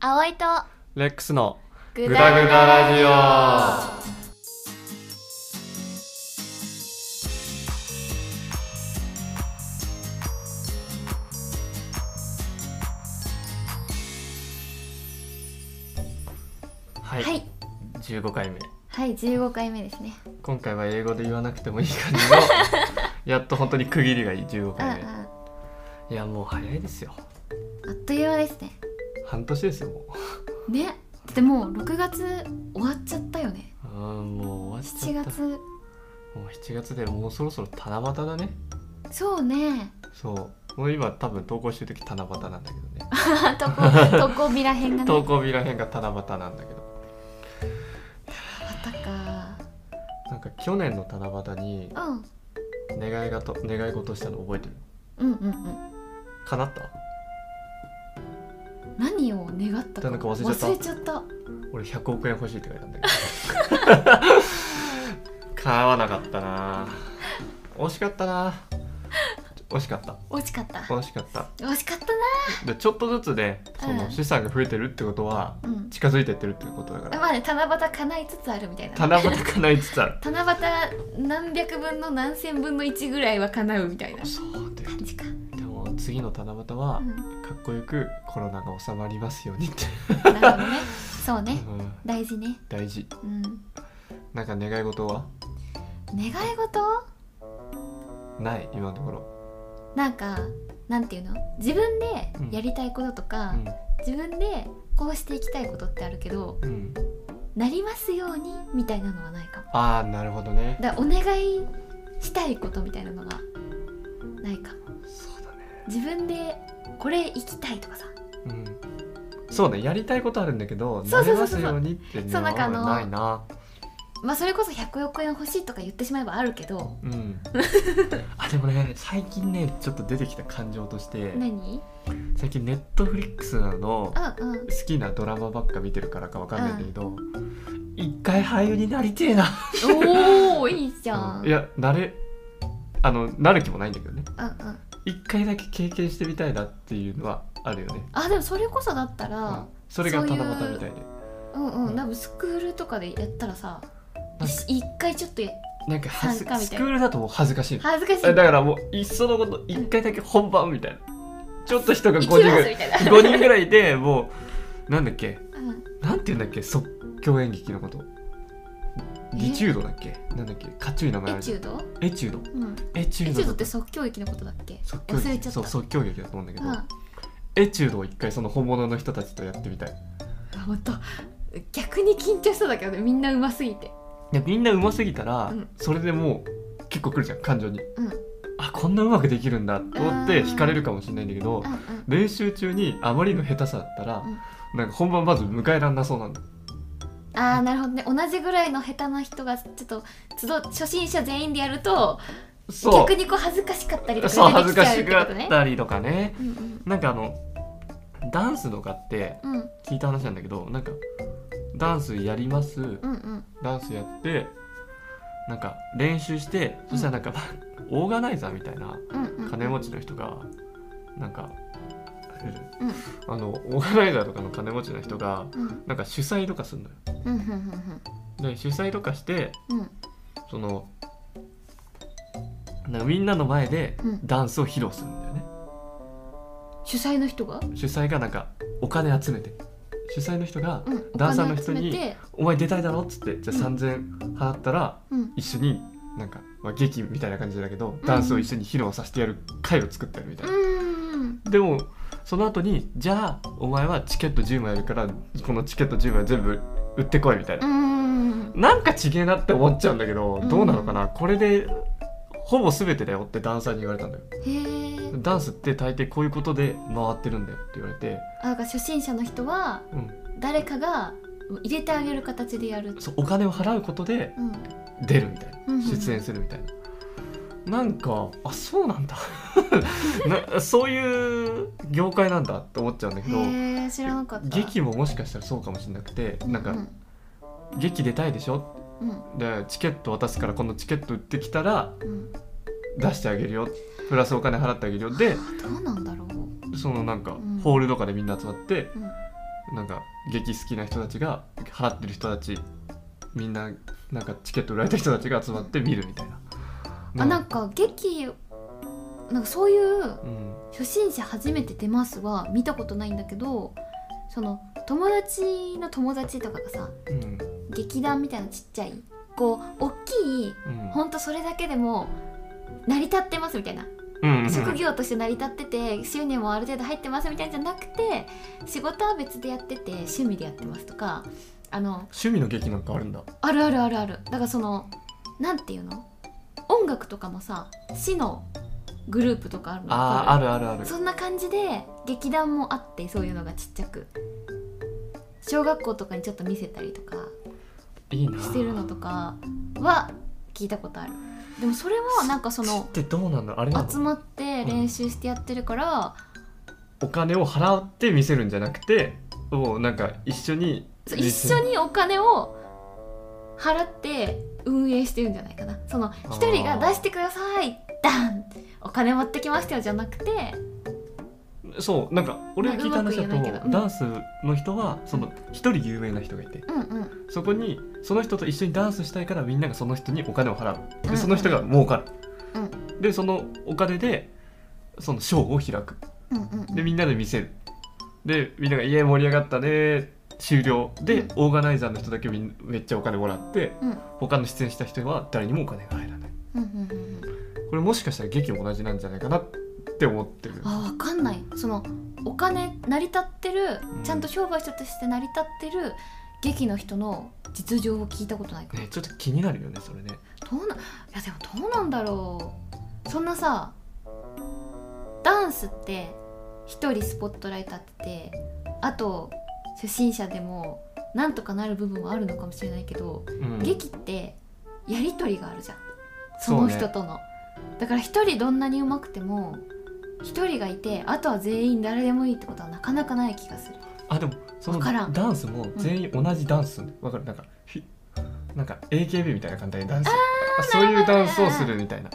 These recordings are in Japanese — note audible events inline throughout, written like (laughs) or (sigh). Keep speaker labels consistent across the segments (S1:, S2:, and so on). S1: 葵と
S2: レックスの
S1: グ
S2: グダグダラジオは、
S1: はいいはい、
S2: 15回目
S1: 15回目ですね
S2: 今回は英語で言わなくてもいい感じの
S1: (laughs)
S2: やっと本当に区切りがいい15
S1: うんうん
S2: 回目いやもう早いですよ
S1: あっという間ですね
S2: 半年ですよも
S1: ねだってもう6月終わっちゃったよね
S2: ううんもう終わっ
S1: 7
S2: ちゃった
S1: 月
S2: もう7月でもうそろそろ七夕だね
S1: そう (laughs) ね
S2: そうもう今多分投稿してる時七夕なんだけどね
S1: とことこびらへんがね
S2: 投稿日らへんが七夕なんだけど
S1: また
S2: なんか去年の七夕に
S1: かうん
S2: 願いがと願い事したの覚えてる
S1: うんうんうん
S2: 叶った
S1: 何を願ったか
S2: なんか忘れちゃった
S1: 忘れちゃった
S2: 俺100億円欲しいって書いたんだけど (laughs) 叶わなかったな惜しかったな惜しかった
S1: 惜しかった
S2: 惜しかった
S1: 惜しかった
S2: でちょっとずつでそ
S1: うん
S2: の資産が増えてるってことは
S1: なうん
S2: 近づいてってるってことだから
S1: まあね七夕叶いつつあるみたいな
S2: 七夕叶いつつある
S1: 七夕何百分の何千分の1ぐらいは叶うみたいな
S2: そうで
S1: 感じか、
S2: でも次の七夕は
S1: うん、
S2: かっこよくコロナが収まりますようにって、
S1: なるほどねそうね
S2: うん
S1: 大事ね
S2: 大事
S1: うん
S2: なんか願い事は
S1: 願い事
S2: ない今のところ、
S1: なんかなんていうの自分でやりたいこととか、自分でこうしていきたいことってあるけど
S2: うんうん、
S1: なりますようにみたいなのはないかも
S2: ああなるほどね
S1: だからお願いしたいことみたいなのがないかも
S2: そうだね
S1: 自分でこれ行きたいとかさ
S2: うんそうねやりたいことあるんだけど
S1: そうそ
S2: なれ
S1: うそうそう
S2: ますようにっていう
S1: そう
S2: の
S1: なんかあ
S2: は
S1: の
S2: ないな
S1: まあそれこそ100億円欲しいとか言ってしまえばあるけど
S2: うん
S1: (laughs)
S2: あでもね最近ねちょっと出てきた感情として
S1: 何
S2: 最近ネットフリックスなの
S1: うんうん
S2: 好きなドラマばっか見てるからかわかんないんだけど、一回俳優になりてえな
S1: (laughs) おおいいじゃん、
S2: いやなれあのなる気もないんだけどね
S1: うんうん
S2: 一回だけ経験してみたいなっていうのはあるよね、
S1: あでもそれこそだった
S2: う
S1: ら
S2: ん、それが
S1: そうい
S2: 七
S1: う
S2: 夕みたいで
S1: うんうん、
S2: うん
S1: 多分スクールとかでやったらさ
S2: なんか
S1: 一一回ちょっとや
S2: なんか恥ず
S1: 参加み
S2: ス
S1: たいな
S2: クールだともう恥ずかしいの
S1: 恥ずかしい
S2: えだからもういっそのこと一回だけ本番みたいな、ちょっと人が5
S1: 行
S2: 人
S1: きま
S2: ぐ
S1: す
S2: らい
S1: みたいな、
S2: 5人ぐらいでもうなんだっけ
S1: うん、
S2: なんて言うんだっけ即興演劇のこと
S1: え
S2: リチュードだっけなんだっけかっちゅう名前あ
S1: エ
S2: る
S1: チ
S2: じゃ
S1: ュ
S2: ん
S1: ード、
S2: エチュード
S1: うん、
S2: エチュ
S1: エチュ
S2: ー
S1: ー
S2: ド
S1: ドっ
S2: だ
S1: て
S2: と
S1: 即興劇のことだっけ
S2: 即
S1: 忘
S2: 興
S1: れちゃ
S2: 劇
S1: った
S2: そう即興劇だと思うんだけ
S1: う
S2: ど、
S1: んあ
S2: エチュードを一回その本物の人たちとやってみたい
S1: 本当逆に緊張しそうだけどねみんなうますぎて
S2: いやみんな上手すぎたら、
S1: うん
S2: それでもう結構くるじゃん感情に
S1: うんうん
S2: あこんなうまくできるんだと思っ
S1: う
S2: て
S1: ん
S2: 惹かれるかもしれないんだけど
S1: うん
S2: 練習中にあまりの下手さだったら、なんか本番まず迎えらんなそうなんだ
S1: あーなるほどね同じぐらいの下手な人がちょっと集初心者全員でやると
S2: そ
S1: 逆にこう恥ずかしかったり
S2: う
S1: と
S2: そう
S1: か
S2: 恥
S1: 出て
S2: ず
S1: きち
S2: か
S1: ゃうっこ
S2: してかっ
S1: とね
S2: たりとかね
S1: うんうん
S2: なんかあのダンスとかって
S1: うん
S2: 聞いた話なんだけどなんかダンスやります
S1: うんうん
S2: ダンスやってなんか練習してそしたらなんか、オーガナイザーみたいな
S1: うんうん
S2: 金持ちの人がなんか、
S1: うん
S2: あのオーガナイザーとかの金持ちの人が
S1: うん
S2: なんか主催とかするのよ
S1: うんうんうん
S2: で主催とかして
S1: うんうん
S2: そのなんかみんなの前で
S1: うん
S2: ダンスを披露するんだよね、
S1: 主催の人が、
S2: 主催がなんかお金集めて主催の人が
S1: うん、
S2: ダンサーの人に
S1: お金集めて
S2: 「お前出たいだろ?」っつってじゃあ
S1: うん
S2: 3,000円払ったら
S1: うん、
S2: 一緒になんか、まあ、劇みたいな感じだけどダンスを一緒に披露させてやる会を作ってやるみたい
S1: う。
S2: な
S1: ん
S2: でもその後にじゃあお前はチケット10枚やるからこのチケット10枚全部売ってこいみたいな、
S1: うん
S2: なんかちげえなって思っちゃうんだけど、
S1: うん
S2: どうなのかなこれでほぼ全てだよってダンサーに言われたんだよ
S1: へえ
S2: ダンスって大抵こういうことで回ってるんだよって言われて、
S1: あだから初心者の人は
S2: うん、
S1: 誰かが入れてあげる形でやる
S2: そうお金を払うことで
S1: うん
S2: 出るみたい
S1: うんうん
S2: な出演するみたいななんかあそうなんだ (laughs) なそういう業界なんだって思っちゃうんだけど
S1: へえ知らなかった
S2: 劇ももしかしたらそうかもしれなくてなんか
S1: うん
S2: 劇出たいでしょ
S1: うん
S2: でチケット渡すからこのチケット売ってきたら
S1: うん
S2: 出してあげるよプラスお金払ってあげるよで
S1: あどうなんだろう
S2: そのなんか
S1: うん
S2: ホールとかでみんな集まって
S1: うん
S2: なんか劇好きな人たちが払ってる人たちみんななんかチケット売られた人たちが集まって見るみたいな。
S1: あなんか劇なんかそういう
S2: うん
S1: 「初心者初めて出ます」は見たことないんだけどその友達の友達とかがさ
S2: うん
S1: 劇団みたいなちっちゃいこう大きい
S2: うん
S1: ほんとそれだけでも成り立ってますみたいな
S2: うんうん
S1: 職業として成り立ってて収入もある程度入ってますみたいなんじゃなくて仕事は別でやってて趣味でやってますとかあの
S2: 趣味の劇なんかあるんだ。
S1: あるあるあるあるだからそのなんていうの音楽とかもさ市のグループとかあるのわ
S2: あ
S1: か
S2: ああるあるある。
S1: そんな感じで劇団もあってそういうのがちっちゃく小学校とかにちょっと見せたりとか
S2: いいな。
S1: してるのとかは聞いたことあるでもそれはなんかそ
S2: 知っ
S1: の
S2: てどうなんだあれな
S1: 集
S2: の
S1: まって練習してやってるから、
S2: お金を払って見せるんじゃなくてもうなんか一緒に
S1: そう一緒にお金を払って運営してるんじゃないかなその一人が出してくださいダンお金持ってきましたよじゃなくて
S2: そうなんか俺が聞いた話だ
S1: まあうまく言えないけ
S2: と
S1: どうん
S2: ダンスの人はその一人有名な人がいて
S1: うんうん
S2: そこにその人と一緒にダンスしたいからみんながその人にお金を払う
S1: うんう
S2: で
S1: ん
S2: その人が儲かる、でそのお金でそのショーを開く
S1: うんうんうん
S2: でみんなで見せるでみんなが「イエーイ盛り上がったねー」終了で、
S1: うん
S2: オーガナイザーの人だけみんめっちゃお金もらって、
S1: うん
S2: 他の出演した人は誰にもお金が入らない
S1: うんうんうんうん
S2: これもしかしたら劇も同じなんじゃないかなって思ってる
S1: あ分かんないそのお金成り立ってる
S2: うん
S1: ちゃんと商売者として成り立ってる劇の人の実情を聞いたことないから
S2: ねちょっと気になるよねそれね
S1: どうないやでもどうなんだろうそんなさダンスって一人スポットライト当ててあと初心者でもなんとかなる部分はあるのかもしれないけど、
S2: うん
S1: 劇ってやり取りがあるじゃんその人との、だから一人どんなに上手くても一人がいてあとは全員誰でもいいってことはなかなかない気がする
S2: あでもその
S1: わからん
S2: ダンスも全員同じダンスわかるなんかひなんか AKB みたいな簡単にダンスそういうダンスをするみたいな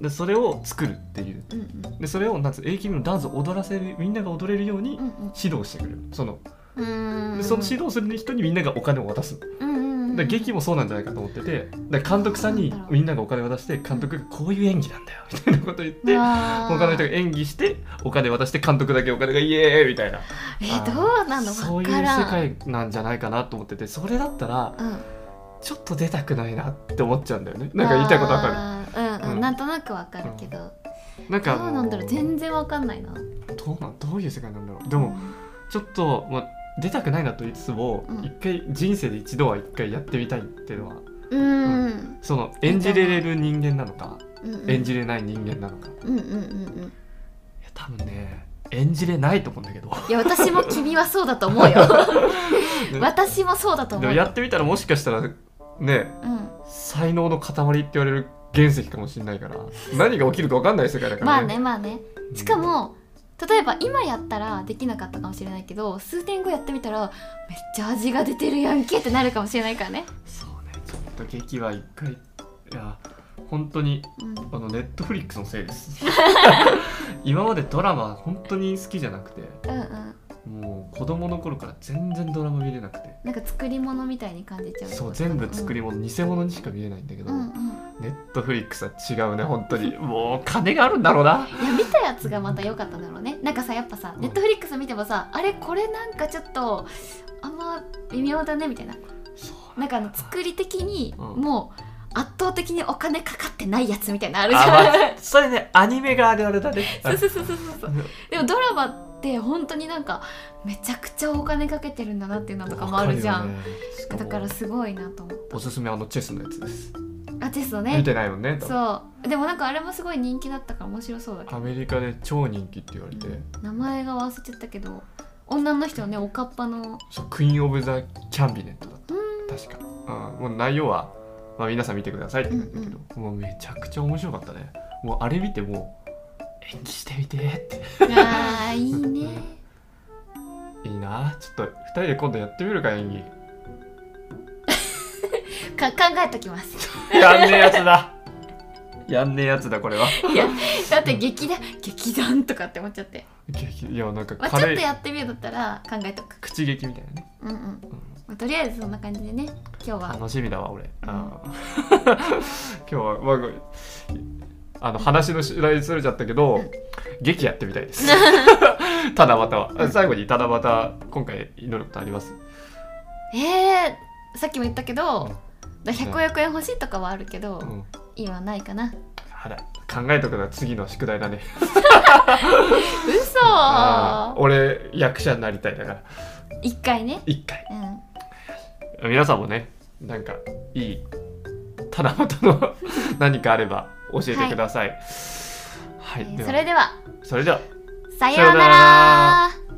S2: でそれを作るっていう
S1: うん
S2: でそれをなんつ AKB のダンスを踊らせるみんなが踊れるように
S1: うんうん
S2: 指導してくれるその
S1: うんうー
S2: で
S1: ん
S2: その指導する人にみんながお金を渡すだか
S1: うんうんうん
S2: ら劇もそうなんじゃないかと思っててだから監督さんにみんながお金を渡して監督がこういう演技なんだよみたいなこと言って
S1: 他
S2: 他の人が演技してお金渡して監督だけお金がイエーイみたいな
S1: え
S2: あー
S1: どうなの
S2: そう
S1: 分
S2: いう
S1: からん
S2: 世界なんじゃないかなと思っててそれだったら
S1: うん、
S2: ちょっと出たくないなって思っちゃうんだよねなんか言いたいことわか
S1: かるうん、う
S2: うん
S1: ん、なんとなくわかるけど、
S2: るなん
S1: ど
S2: か
S1: うなんだろう全
S2: 然
S1: 然わかんないな
S2: どうなんどういう世界なんだろうでもちょっと、まあ、出たくないなと言いつつも、
S1: うん
S2: 一回人生で一度は一回やってみたいっていうのは
S1: うん、うん
S2: その演じれる人間なのか
S1: うん、
S2: 演じれない人間なのかい
S1: うんうんうんうん
S2: や多分ね演じれないと思うんだけど
S1: いや私も君はそうだと思うよ
S2: (laughs)
S1: (laughs) 私も (laughs) そうだと
S2: で
S1: 思
S2: も
S1: う
S2: や
S1: よ、
S2: ってみたらもしかしたらね
S1: うん、
S2: 才能の塊って言われる原石かもしれな
S1: (laughs)
S2: いから何が起きるか分かんない世界だか
S1: ま
S2: ら
S1: あねまあね
S2: うん
S1: しかも例えば今やったらできなかったかもしれないけど数年後やってみたらめっちゃ味が出てるやんけってなるかもしれないからね、
S2: そうねちょっと劇は一回いや本当に
S1: うん、
S2: あのネットフリックスのせいです
S1: (laughs)
S2: 今までドラマ本当に好きじゃなくて
S1: うんうん
S2: もう子供の頃から全然ドラマ見れなくて
S1: なんか作り物みたいに感じちゃう
S2: そう全部作り物、偽物にしか見れないんだけ
S1: う
S2: ど、
S1: んうんうん
S2: ネットフリックスは違うね本当
S1: (laughs)
S2: にもう金があるんだろうない
S1: や見たやつがまた良かったんだろうねなんかさやっぱさ
S2: うん
S1: ネットフリックス見てもさあれこれなんかちょっとあんま微妙だねみたいな
S2: そう
S1: なんかあの作り的に
S2: うん
S1: もう圧倒的にお金かかってないやつみたいなのあるじ
S2: あ、ま
S1: ゃ
S2: あ、それねアニメがあれあれだ
S1: ん
S2: ね
S1: (laughs) そうそうそうそうそうでもドラマって本当になんかめちゃくちゃお金かけてるんだなっていうのとかもあるじゃん、
S2: わかるよねしかも
S1: だからすごいなと思う
S2: おすすめはあのチェスのやつです、
S1: あテスト
S2: 見
S1: ね
S2: てないもんね多分
S1: そうでもなんかあれもすごい人気だったから面白そうだけど
S2: アメリカで超人気って言われて、
S1: 名前が忘れちゃったけど女の人のねおかっぱの
S2: そうクイーン・オブ・ザ・キャンビネットだった、
S1: う
S2: 確か、うん、もう内容は、まあ、皆さん見てくださいって感じだけど、もうめちゃくちゃ面白かったねもうあれ見てもう演技してみてって
S1: あーいいね
S2: いいなちょっと2人で今度やってみるか演技
S1: か考えときます
S2: やんねえやつだやんねえやつだこれはい
S1: やだって劇団劇団とかって思っちゃって、
S2: 激いやなんか
S1: まあ、ちょ
S2: 軽
S1: っ
S2: い
S1: とやってみるだったら考えとく
S2: 口劇みたいなね、
S1: うんうん
S2: うん
S1: まあ、とりあえずそんな感じでね今日は
S2: 楽しみだわ俺、 (laughs) あー今日は、まあ、あの話の主題それちゃったけど、
S1: うん
S2: 劇やってみた
S1: (laughs)
S2: いです (laughs) 七夕はあ最後に七夕今回祈ることあります
S1: えー、さっきも言ったけど、だ
S2: うん
S1: 100億円欲しいとかはあるけど、
S2: うん
S1: 今ないかな
S2: あら考えとくのは次の宿題だね
S1: 嘘
S2: あー俺役者になりたいだから
S1: 一回ね
S2: 一回
S1: うん
S2: 皆さんもねなんかいい七夕の (laughs) 何かあれば教えてください、はい
S1: えー
S2: では
S1: それでは
S2: それでは
S1: さようなら